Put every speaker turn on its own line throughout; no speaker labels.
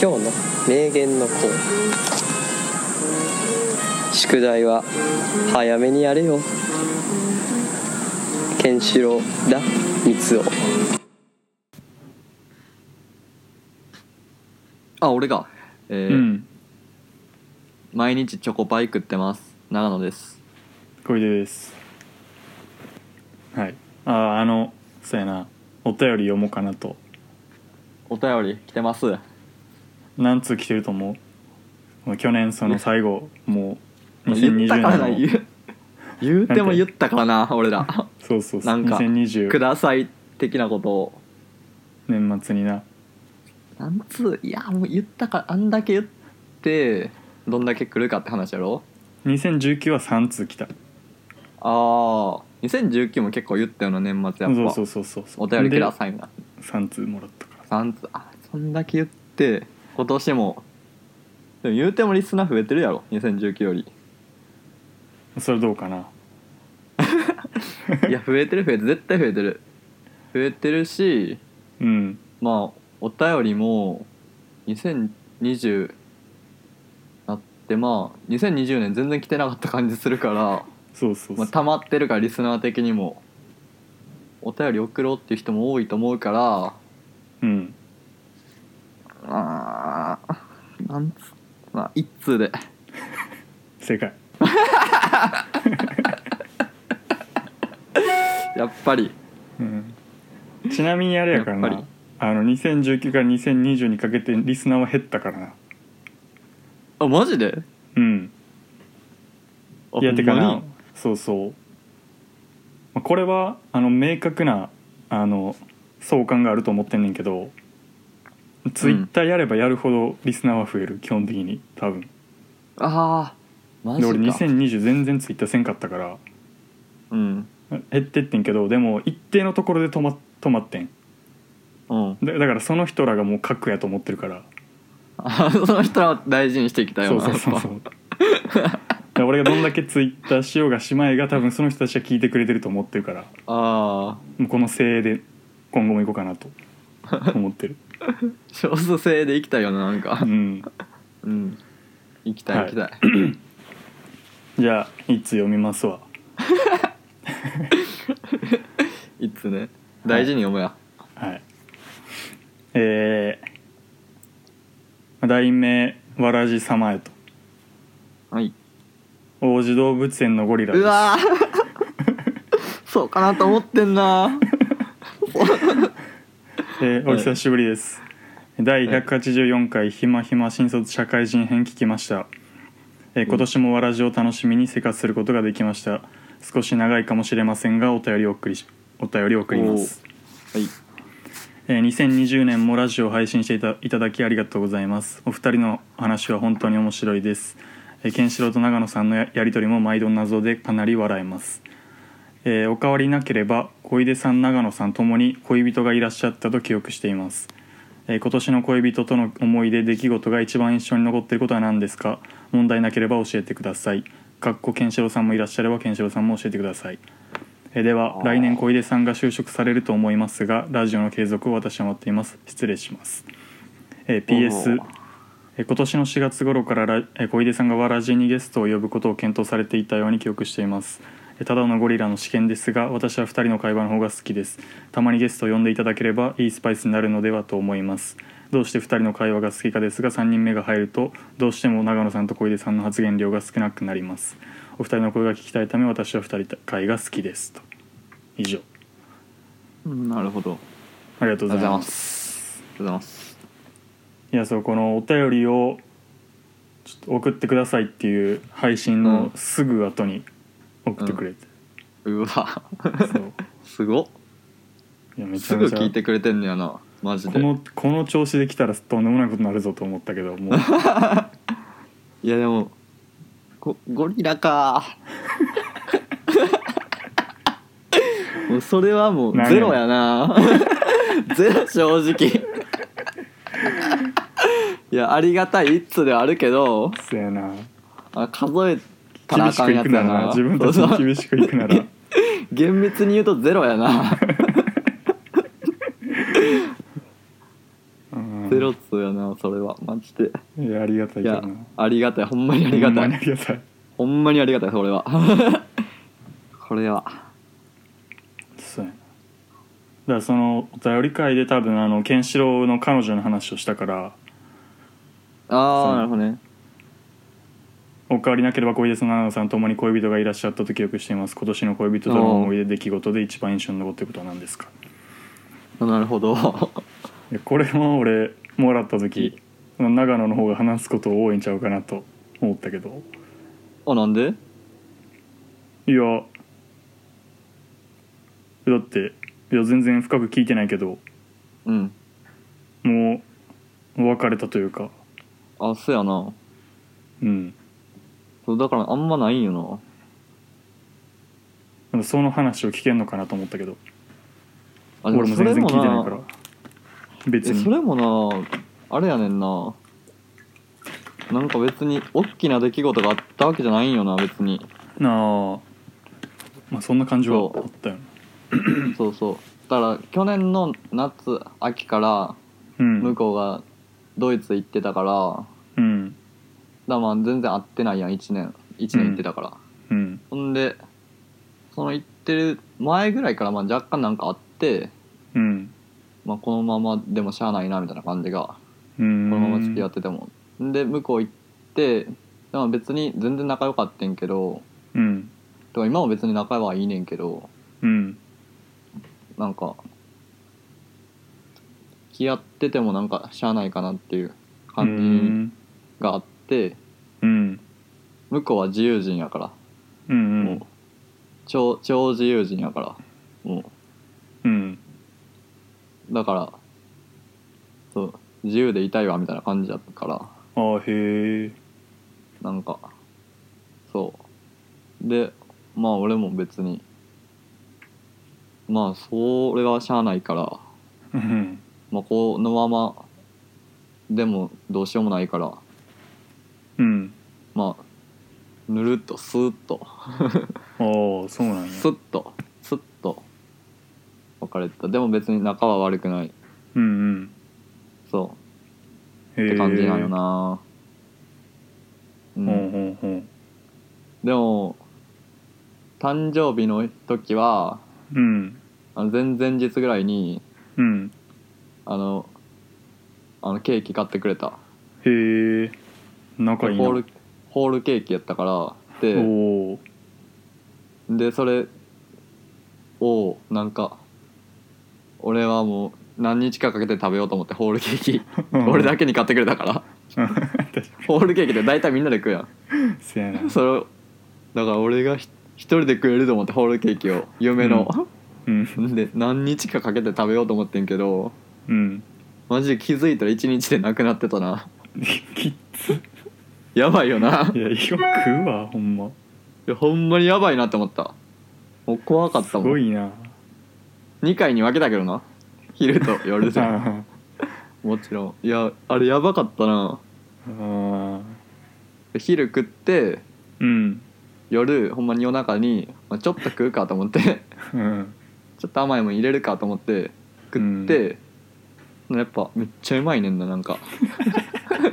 今日の名言のコーナー宿題は早めにやれよケンシロウだ三つあ俺がえー
うん
毎日チョコパイ食ってます長野です
小出ですはいあああのそうやなお便り読もうかなと
お便り来てます
何通来てると思う去年その最後もう
言ったからな
2020
言
年の
う言うても言ったからな俺ら
そうそうそう
なんかく
2020
ださい的なことを
年末にな
なんつういやもう言ったからあんだけ言ってどんだけ来るかって話やろ
2019は3通来た
ああ2019も結構言ったよな年末やっぱ
そうそうそうそう
お便りくだ
い
さいな
3通もらったから
なんつあそんだけ言って今年もでも言うてもリスナー増えてるやろ2019より
それどうかない
や増えてる増えてる絶対増えてる増えてるし
うん
まあお便りも2020なってまあ2020年全然来てなかった感じするから
そうそうそ
まあ、
う、
溜まってるからリスナー的にもお便り送ろうっていう人も多いと思うから
うん
あーなんつまあ一通で
正解
やっぱり
うんちなみにあれやから
やっぱ
な
り
あの2019から2020にかけてリスナーは減ったからな
あマジで
うん
あ
いやてか
ほん
な
まに
そうそう、まあこれはあの明確なあの相関があると思ってんねんけどツイッターやればやるほどリスナーは増える、基本的に多分
あーマジ
で
か
俺2020全然ツイッターせんかったから
うん
減ってってんけどでも一定のところで止ま止まってん
うん
だだからその人らがもう核やと思ってるから
あその人は大事にしていきたいよ
そう
な
そうそうそうだから俺がどんだけツイッターしようがしまいが多分その人たちは聞いてくれてると思ってるから
ああ
もうこの精鋭で今後も行こうか なと思ってる
少数制でいきたいよななんか
うん
うん行きたい行きたい、
じゃあ一通読みますわ
い、つね大事に読むや、
はいえー、題名「わらじ様へ」と
はい
王子動物園のゴリラで
う
す
わー そうかなと思ってんな
えー
はい
お久しぶりです、第184回「ひまひま新卒社会人編」聞きました、えー今年もわらじを楽しみに生活することができました少し長いかもしれませんがお便りを送りしお便りを送ります
はい
えー2020年もラジオを配信していたいただきありがとうございますお二人の話は本当に面白いです、えー、ケンシロウと長野さんのややり取りも毎度謎でかなり笑えます、えーお変わりなければ小出さん長野さんともに恋人がいらっしゃったと記憶しています、えー今年の恋人との思い出出来事が一番印象に残っていることは何ですか問題なければ教えてくださいかっこケンシロウさんもいらっしゃればケンシロウさんも教えてくださいえーでは
あー
来年小出さんが就職されると思いますがラジオの継続を私は待っています失礼します、えー PS
おー
えー今年の4月頃からラえー小出さんがわらじにゲストを呼ぶことを検討されていたように記憶していますえーただのゴリラの試験ですが私は2人の会話の方が好きですたまにゲストを呼んでいただければいいスパイスになるのではと思いますどうして2人の会話が好きかですが3人目が入るとどうしても長野さんと小出さんの発言量が少なくなりますお二人の声が聞きたいため私は2人会が好きですと以上
うんなるほどあ
ありがとう
り
ご
がとうござ
ざい
いま
ます
すありがとうございます
いやそうこのお便りをちょっと送ってくださいっていう配信のすぐ後に送ってくれて、
うわ
そう
すごっ
いやめち
す
ゃ
ぐ
めちゃ
聞いてくれてんのやなマジ
こ
で
のこの調子で来たらとんでもないことになるぞと思ったけど もう
いやでもゴゴリラかもうそれはもう
何や
ゼロやなゼロ正直いやありがたい一通ではあるけど
そやな
あ数えたらあ
厳し
かん
くい
や
く
つや
な
な
ら自分たち
そうそ
に
う
厳しくいくな ら
厳密に言うとゼロやな
うん
ゼロっつうやななそれはマジで
いやありがたい
い
けど
や
な
ありがたいほんまにありが
ほ
た
んまに
い
ありがたい
ほんまにありがたいそれは これは
そうやなだからそのお便り会で多分あのケンシロウの彼女の話をしたから
あ
そう
あなるほどね
「お変わりなければ恋ですの長野さんともに恋人がいらっしゃったと記憶しています今年の恋人との思い出出来事で一番印象に残っていることは何ですか?
なるほど」
いやこれも俺もらった時長野の方が話すこと多いんちゃうかなと思ったけど
あなんで
いやだっていや全然深く聞いてないけど
うん
もう別れたというか
あそうやな
うん
そうだからあんまないんよな
なんかその話を聞けんのかなと思ったけど
あ
俺も全然聞いてないから別
えそ
に
れもなあれやねんななんか別に大きな出来事があったわけじゃないんよな別に
なあまあそんな感じは
そう
あったよね
そうそうだから去年の夏秋から
う
向
ん
こうがドイツ行ってたから、だか
うん
らまあ全然会ってないやん1年1年行ってたから、
うん
ほんでその行ってる前ぐらいからまあ若干なんかあって、
うん
まあ、このままでもしゃあないなみたいな感じが
うん
このまま付き合ってても、で向こう行ってでも別に全然仲良かってんけど
うん
とか今も別に仲はいいねんけど
うん
なんか付き合っててもなんかしゃあないかなっていう感じがあって
うん
向こうは自由人やから、
うんうんう
もうん超超自由人やからも
うん
うだからそう自由でいたいわみたいな感じやったから
ああへえ
なんかそうでまあ俺も別にまあそれはしゃあないから、
うん
まあ、このままでもどうしようもないから
うん
まあぬるっとスーッと
ああそうなんや
スッとスッと別れてたでも別に仲は悪くない
うんうん
そ
へ
う
え
って感じなんよな、う、
ほうんほうほう
でも誕生日の時は
うん
あの前々日ぐらいに
うん
あのあのケーキ買ってくれた
へえ仲いいな
ホールホールケーキやったからで
おお
でそれをなんか俺はもう何日かかけて食べようと思ってホールケーキ俺だ
け
けに買ってくれたからホールケーキって大体みんなで食うや
せやなん
それをだから俺がひ一人で食えると思ってホールケーキを夢の、
うん
で何日かかけて食べようと思ってんけど
うん
マジで気づいたら一日でなくなってたな
きっ
やばいよない
やよく食うわほんま
いやほんまにやばいなって思ったもう怖かっ
す
たも
ご
ん
いな
2回に分けたけどな昼と夜で
あ
もちろんいやあれやばかったな
あ
昼食って
うん
夜ほんまに夜中に、まあ、ちょっと食うかと思って
うん
ちょっと甘いもん入れるかと思って食って、やっぱめっちゃうまいねんななんかめっ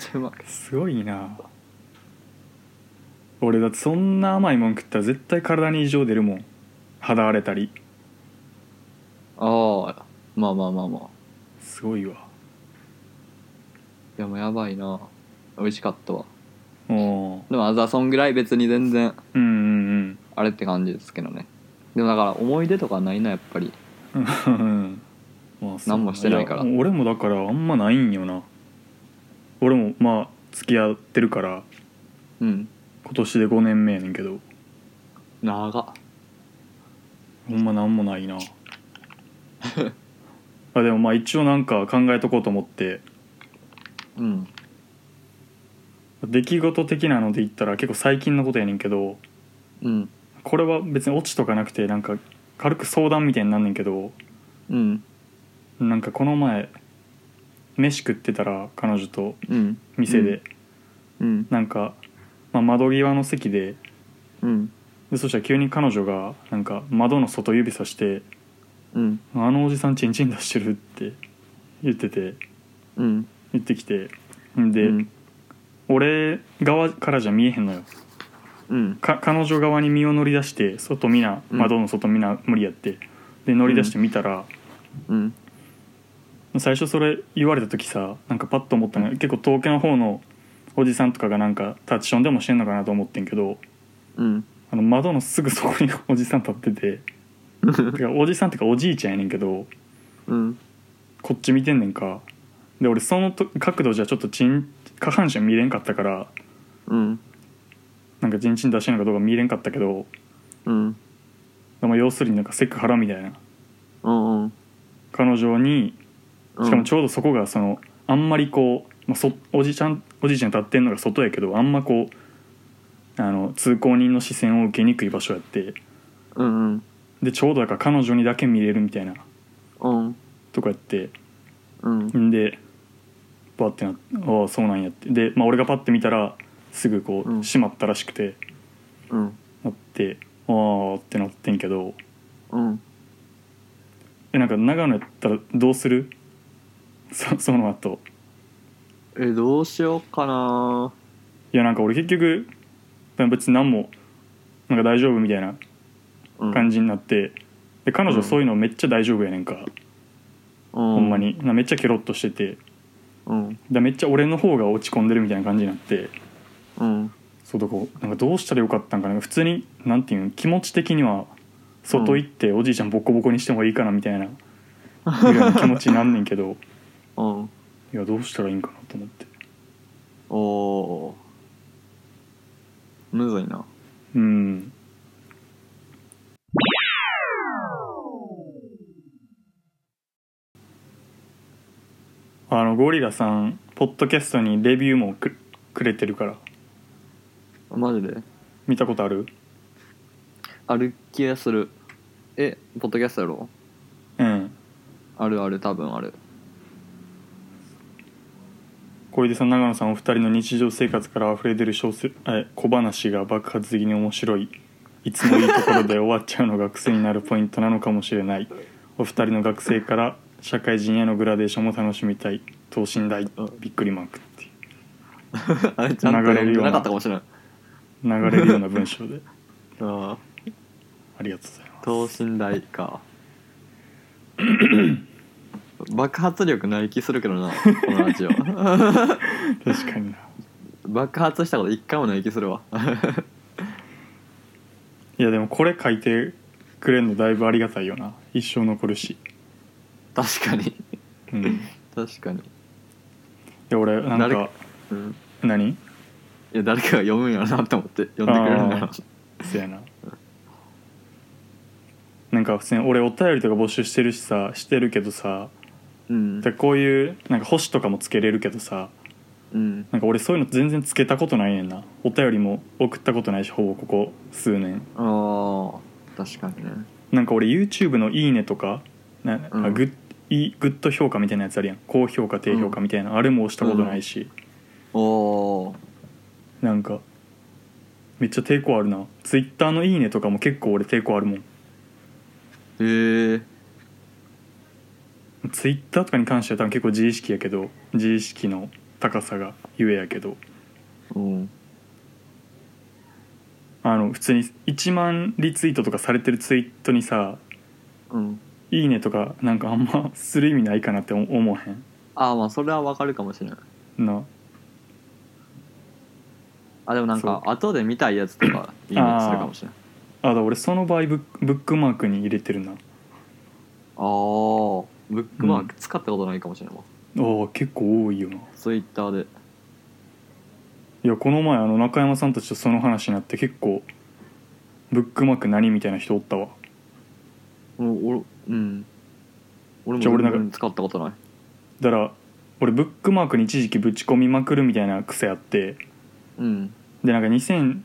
ちゃうまい
すごいな俺だってそんな甘いもん食ったら絶対体に異常出るもん肌荒れたり
ああまあまあまあます
ごいわ
あいやもうやばいな美味しかったわ
おー
でもあざそんぐらい別に全然
うんうん
あれって感じですけどねでもだから思い出とかないなやっぱり
うんまあそう
何もしてないから
や俺もだからあんまないんよな俺もまあ付き合ってるから
うん
今年で5年目やねんけど
長っ
ほんまなんもない なあでもまあ一応なんか考えとこうと思って
うん
出来事的なので言ったら結構最近のことやねんけど
うん
これは別にオチとかなくてなんか軽く相談みたいになんねんけど
うん
なんかこの前飯食ってたら彼女と
うん
店で、
うん
なんか、まあ、窓際の席で
うん
でそしたら急に彼女がなんか窓の外指さして
うん
「あのおじさんチンチン出してる」って言ってて
うん
言ってきてんで、
うん
俺側からじゃ見えへんのよ
うん
か彼女側に身を乗り出して外見な
うん
窓の外見な無理やってで乗り出して見たら、
うん
最初それ言われた時さなんかパッと思ったのが結構東京の方のおじさんとかがなんかタッチションでもしてんのかなと思ってんけど
うん
あの窓のすぐそこにおじさん立ってててかおじさんってかおじいちゃんやねんけど
うん
こっち見てんねんかで俺そのと角度じゃちょっとチン下半身見れんかったから
うん
なんかチンチン出してんのかどうか見れんかったけど
うん
まあ要するになんかセクハラみたいな
うんうん
彼女にしかも
ち
ちょうどそこがそのあんまりこう、まあ、そおじちゃんおじいちゃん立ってんのが外やけどあんまこうあの通行人の視線を受けにくい場所やって
うん
でちょうどだから彼女にだけ見れるみたいな
うん
とかやって
うん
んでバッてなああそうなんやってで、まあ、俺がパッて見たらすぐこ
うん
う閉まったらしくて
うん
なってああってなってんけど
うん
えなんか長野やったらどうするそその後
えどうしようかない
やなんか俺結局別に何もなんか大丈夫みたいな
うん
感じになってで彼
う
女
ん
そういうのめっちゃ大丈夫やねんか、
ほ
ほんまになめっちゃケロッとしてて
うん
でめっちゃ俺の方が落ち込んでるみたいな感じになって
うん
そうだこうなんかどうしたらよかったんかな普通になんていうん気持ち的には外行っておじいちゃんボコボコにしてもいいかなみたいなぐらいの気持ちになんねんけ ど
うん
いやどうしたらいいんかなと思って
おおーむずいな
うんあのゴリラさんポッドキャストにレビューもくくれてるから
マジで
見たことある
ある気がするえポッドキャストやろ
うん
あるある多分ある
小出さん長野さんお二人の日常生活から溢れ出る小説え小話が爆発的に面白いいつもいいところで終わっちゃうのが癖になるポイントなのかもしれないお二人の学生から社会人へのグラデーションも楽しみたい等身大びっくりマークっていう
あれちゃんと読んでなかったかもしれない
流れるような文章 で
あ
ありがとうござい
ー
ま
等身大 か爆発力ない気するけどなこのラジオ
す確かにな
爆発したこと一回もない気するわ
いやでもこれ書いてくれるのだいぶありがたいよな一生残るし
確かに
うんい
確かに
や俺なん
誰
か
うん
何
いや誰かが読むんやろなと思って読んでくれるんだな
あそやななんか普通に俺お便りとか募集してるしさしてるけどさ
うん
だからこういうなんか星とかもつけれるけどさ
うん
なんか俺そういうの全然つけたことないねんなお便りも送ったことないしほぼここ数年
ああ確かにね
なんか俺 YouTube の「いいね」とかな
うん
グッいいグッド評価みたいなやつあるやん高評価低評価みたいな、あれも押したことないし、
おおー
なんかめっちゃ抵抗あるな Twitter の「いいね」とかも結構俺抵抗あるもん
へえ
Twitter とかに関しては多分結構自意識やけど自意識の高さがゆえやけど
うん
あの普通に1万リツイートとかされてるツイートにさ
うん
「いいね」とかなんかあんまする意味ないかなって思思わへん
ああまあそれはわかるかもしれない
な
あでもなんか後で見たいやつと かいいねするかもしれない
あだから俺その場合ブックブックマークに入れてるな
ああーブックマーク使ったことないかもしれないわ、
ああ結構多いよな
ツイッターで
いやこの前あの中山さんたちとその話になって結構ブックマーク何みたいな人おったわ
もう俺うん俺も
じゃあ俺なんか
全然使ったことない
だから俺ブックマークに一時期ぶち込みまくるみたいな癖あって
うん
でなんか2000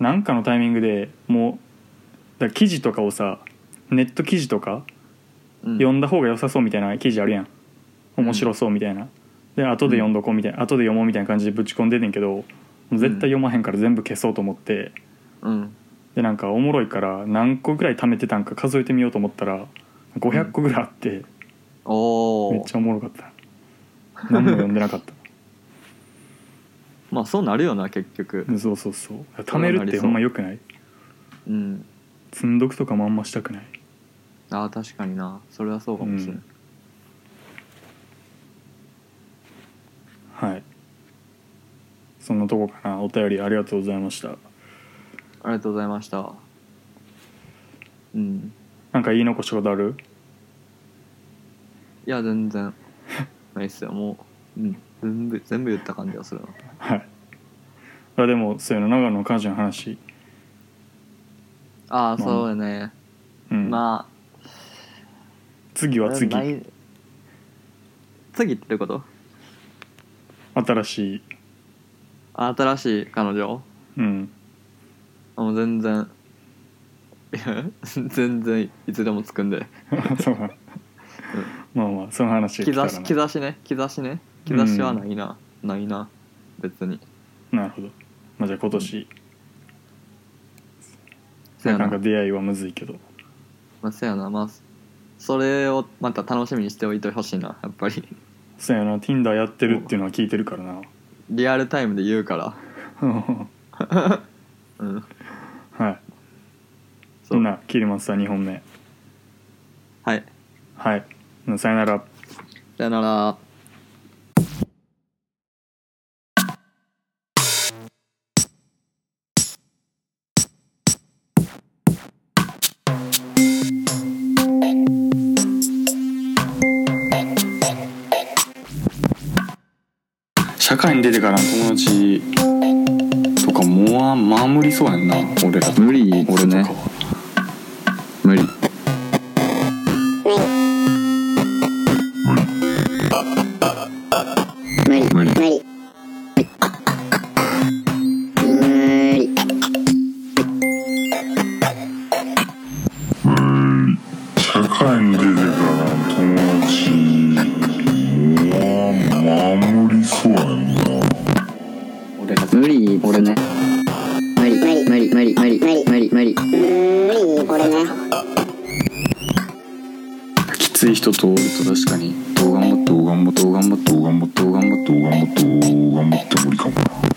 なんかのタイミングでもうだから記事とかをさネット記事とか
うん
読んだ方が良さそうみたいな記事あるやん面白そうみたいなで後で読んどこうみたいな後で読もうみたいな感じでぶち込んでてんけどもう絶対読まへんから全部消そうと思って
うん
でなんかおもろいから何個ぐらい貯めてたんか数えてみようと思ったら500個ぐらいあって、
お
めっ
お
ちゃおもろかった何も読んでなかった
まあそうなるよな結局
でそうそうそう貯めるってほんまよくない
うん
積んどくとかもあんましたくない
ああ確かになそれはそうかもしれない、
はいそんなとこかなお便りありがとうございました
ありがとうございましたうん
なんか言い残したことある
いや全然 ないっすよもう、うん、全部全部言った感じがするな
はいあでもそういうの長野の彼女の話
ああ
まあ
そうだね、
うん、
ま
次
あ
は次
ない次ってどういうこと
新しい
新しい彼女
うん
あもう全然 いや全然いつでもつくんで
そうかまあまあその話が来た
兆
ら
し
な
兆しね兆しね兆しはないな、ないな別に
なるほどまあじゃあ今年、
せやな
な
ん
か出会いはむずいけど
まあ、せやなまあそれをまた楽しみにしておいてほしいなやっぱり
そうやな Tinder やってるっていうのは聞いてるからな
リアルタイムで言うから うん
はい
そ
み
うん
な切りますさん2本目
はい
はいさよなら
さよなら
社会に出てからの友達とかもうまあ無理そうやんな俺ら
無理っすね無理
社会に出てから
無理無理無理無理
友達もう守りそうやんな
俺無理俺ね
無理無理無理無理無理無理無理無理これね
きつい人とおると確かに
どう頑張ってもどう頑張ってもどう頑張ってもどう頑張ってもどう頑張っても無理かもな